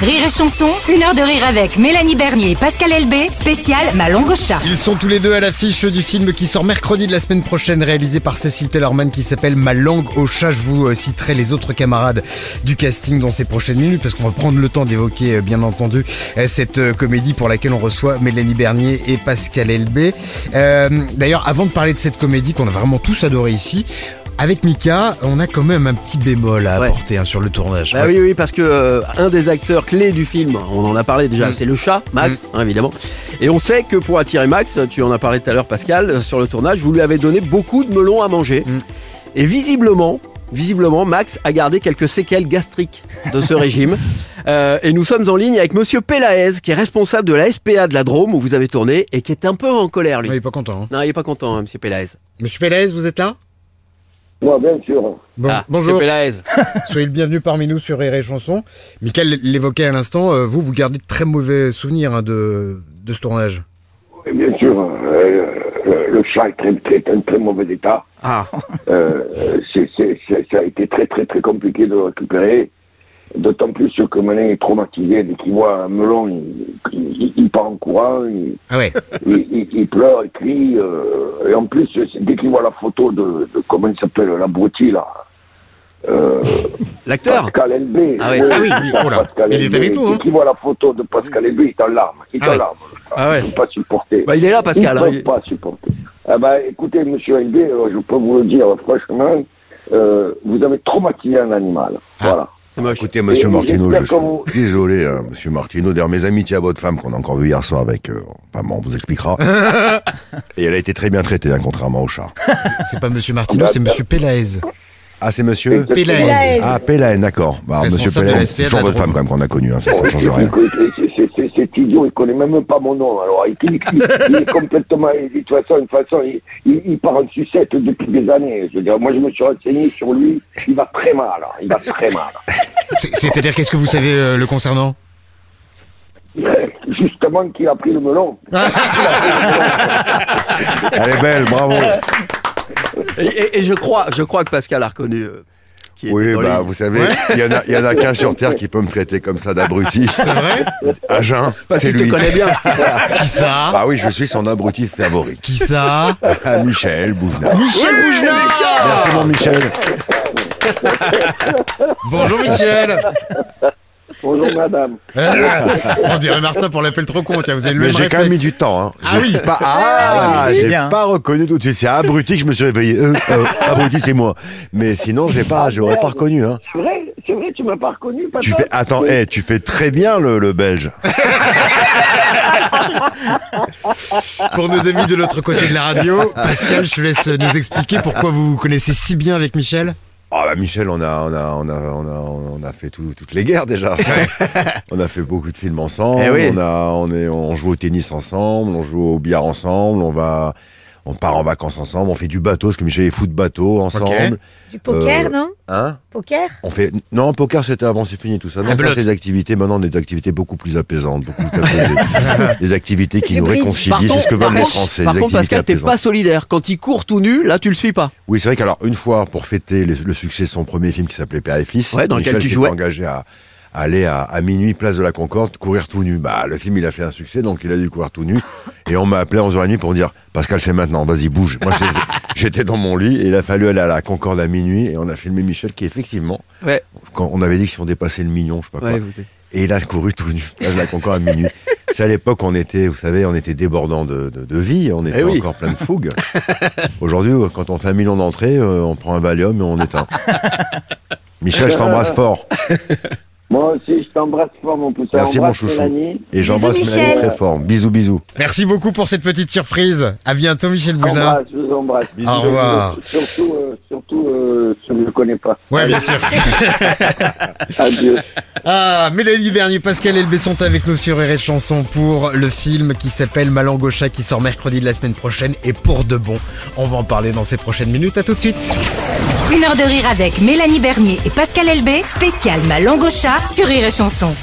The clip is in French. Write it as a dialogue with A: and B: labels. A: Rire et chanson, une heure de rire avec Mélanie Bernier et Pascal Elbé, spécial Ma langue au chat.
B: Ils sont tous les deux à l'affiche du film qui sort mercredi de la semaine prochaine, réalisé par Cécile Tellerman, qui s'appelle Ma langue au chat. Je vous euh, citerai les autres camarades du casting dans ces prochaines minutes, parce qu'on va prendre le temps d'évoquer, euh, bien entendu, euh, cette euh, comédie pour laquelle on reçoit Mélanie Bernier et Pascal Elbé. Euh, D'ailleurs, avant de parler de cette comédie qu'on a vraiment tous adoré ici, avec Mika, on a quand même un petit bémol à
C: Ouais.
B: apporter hein, sur le tournage.
C: Bah oui, oui, parce que euh, un des acteurs clés du film, on en a parlé
B: Mm.
C: déjà, c'est le chat, Max, hein, évidemment. Et on sait que pour attirer Max, tu en as parlé tout à l'heure, Pascal, euh, sur le tournage, vous lui avez donné beaucoup de melons à manger.
B: Mm.
C: Et visiblement, visiblement, Max a gardé quelques séquelles gastriques de ce régime. Euh, et nous sommes en ligne avec Monsieur Pélaez, qui est responsable de la SPA de la Drôme où vous avez tourné et qui est un peu en colère, lui.
B: Il est pas content. hein.
C: Non, il est pas content, hein, Monsieur Pélaez.
B: Monsieur Pélez, vous êtes là
D: Moi, bien sûr.
B: Bon-
C: Ah,
B: Bonjour.
C: Monsieur Pélaez.
B: Soyez le bienvenu parmi nous sur Rire et Chanson. Michael l'évoquait à l'instant, euh, vous, vous gardez de très mauvais souvenirs hein, de, de ce tournage.
D: Et Bien sûr, euh, le, le chat est très, très, très, très mauvais état.
C: Ah,
D: Euh, c'est- c'est- c'est- ça a été très, très, très compliqué de le récupérer. D'autant plus que Manin est traumatisé. Dès qu'il voit un melon, il, il- il part en courant, il,
B: Ah ouais
D: il- il- il pleure, il crie. euh, et en plus, c'est- dès qu'il voit la photo de, de- comment il s'appelle, l'abruti, là,
C: l'acteur
D: Pascal LB.
C: Ah oui.
B: Ah oui, oui, oh là. Il est avec nous, hein.
D: Dès qu'il voit la photo de Pascal LB, il est en larmes. Il est
B: Ah
D: en
B: ouais.
D: larmes.
C: Ah ouais.
D: Il ne peut pas supporter.
C: Bah, il est là, Pascal.
D: Ils
C: hein,
D: peuvent
C: il-
D: pas supporter. Ah bah, écoutez, monsieur Elbé, euh, je peux vous le dire, franchement, euh, vous avez traumatisé un animal. Voilà.
C: C'est moche.
E: Écoutez, monsieur
D: Et
E: Martineau,
D: j'espère
E: je
D: que vous-
E: suis désolé, hein, monsieur Martineau. D'ailleurs, mes amitiés à votre femme qu'on a encore vu hier soir avec, euh, enfin, bon, on vous expliquera. Et elle a été très bien traitée, hein, contrairement au chat.
B: C'est pas Monsieur Martineau, c'est Monsieur Pélaez.
E: Ah, c'est monsieur
B: Pélaez.
E: Ah, Pélaine, d'accord. Bah, alors, monsieur
B: Responsable de
E: Pélaine,
B: SPA de
E: c'est toujours
B: la
E: votre
B: Drôme.
E: femme, quand même, qu'on a connue, hein, ça, ça change rien.
D: Écoute, c'est- c'est- c'est- Cet idiot, il connaît même pas mon nom. Alors, il, il- il- il est complètement. il- De toute façon, de toute façon il, il- il part en sucette depuis des années. Je veux dire, moi, je me suis renseigné sur lui. Il va très mal. hein. Il va très mal.
B: C'est- C'est-à-dire, qu'est-ce que vous savez euh, le concernant
D: Justement, qu'il a pris le melon.
E: Elle est belle, bravo.
C: Et, et- et je crois, je crois que Pascal a reconnu. euh, qui était
E: Oui,
C: dans
E: bah,
C: les-
E: vous savez, il y en a, il y en a qu'un sur Terre qui peut me traiter comme ça d'abruti. C'est
B: vrai
E: À jeun,
C: Parce
E: c'est
C: qu'il te
E: lui.
C: connaît bien.
B: Qui ça
E: Bah oui, je suis son abruti favori. Ah,
B: Qui ça
E: Michel Bouvenard.
B: Michel Bougenard
E: Merci, mon Michel.
B: Bonjour Michel
D: Bonjour, madame.
B: Euh, On dirait Martin pour l'appel trop con, tiens, vous avez le
E: Mais
B: même
E: j'ai quand même mis
B: réflexe.
E: du temps. Hein.
B: Ah
E: J'ai
B: oui.
E: pas, ah,
F: oui, oui,
E: j'ai
F: bien.
E: pas reconnu tout de suite. C'est abruti que je me suis réveillé. Euh, euh, abruti, c'est moi. Mais sinon, j'ai pas, j'aurais pas reconnu. Hein.
D: C'est vrai, c'est vrai, tu m'as pas reconnu, papa.
E: Tu fais, attends,
D: Oui.
E: eh, tu fais très bien le, le belge.
B: Pour nos amis de l'autre côté de la radio, Pascal, je te laisse nous expliquer pourquoi vous vous connaissez si bien avec Michel.
E: Ah bah Michel, on a, on a, on a, on a, on a fait tout- toutes les guerres déjà. on a fait beaucoup de films ensemble.
C: Eh oui.
E: On a, on est, on joue au tennis ensemble, on joue au billard ensemble, on va, on part en vacances ensemble, on fait du bateau, parce que Michel est fou de bateau ensemble.
F: Du poker,
E: Euh,
F: non
E: Hein
F: Poker
E: On fait non poker c'était avant c'est fini tout ça.
B: La
E: Non, ça
B: belote.
E: c'est des activités maintenant des activités beaucoup plus apaisantes, beaucoup plus apaisées. des activités qui
F: Du
E: nous
F: bridge.
E: réconcilient,
C: Par
E: c'est ce que
C: contre, par
E: veulent les
C: contre-
E: Français,
C: par
E: des
C: contre,
E: activités
C: Pascal, t'es pas
E: apaisantes.
C: solidaire. Quand il court tout nu, là, tu le suis pas.
E: Oui, c'est vrai qu'alors une fois pour fêter le, le succès de son premier film qui s'appelait Père et fils,
C: Ouais, dans lequel
E: Michel
C: tu
E: s'est
C: jouais.
E: engagé à à aller à, à minuit place de la Concorde courir tout nu. Bah le film il a fait un succès donc il a dû courir tout nu et on m'a appelé à 11h30 pour me dire Pascal c'est maintenant, vas-y bouge. Moi j'étais- j'étais dans mon lit et il a fallu aller à la Concorde à minuit et on a filmé Michel qui effectivement
C: Ouais.
E: quand on avait dit que si on dépassait le million, je sais pas quoi,
C: Ouais, vous-
E: et il a couru tout nu, place de la Concorde à minuit. C'est à l'époque, on était, vous savez, on était débordant de, de, de vie, on était
C: Eh oui.
E: encore plein de fougue. Aujourd'hui, euh, quand on fait un million d'entrées, euh, on prend un Valium et on éteint. Michel, je t'embrasse fort.
D: Moi aussi, je t'embrasse fort, mon poussin.
E: Merci, mon
D: Embrasse
E: chouchou.
D: Mélanie.
E: Et j'embrasse
F: Bisous,
E: Mélanie
F: Michel.
E: très fort. Bisous, bisous.
B: Merci beaucoup pour cette petite surprise. À bientôt Michel Bougenard.
D: Embrasse, je vous embrasse.
E: Bisous.
B: Au revoir.
D: Surtout, euh, surtout, euh, ceux que je ne connais pas.
B: Ouais, bien sûr.
D: Adieu.
B: Ah, Mélanie Bernier, Pascal Elbé sont avec nous sur Rire et Chanson pour le film qui s'appelle Ma langue au chat qui sort mercredi de la semaine prochaine et pour de bon. On va en parler dans ces prochaines minutes. À tout de suite.
A: Une heure de rire avec Mélanie Bernier et Pascal Elbé, spécial Ma langue au chat sur Rire et chanson.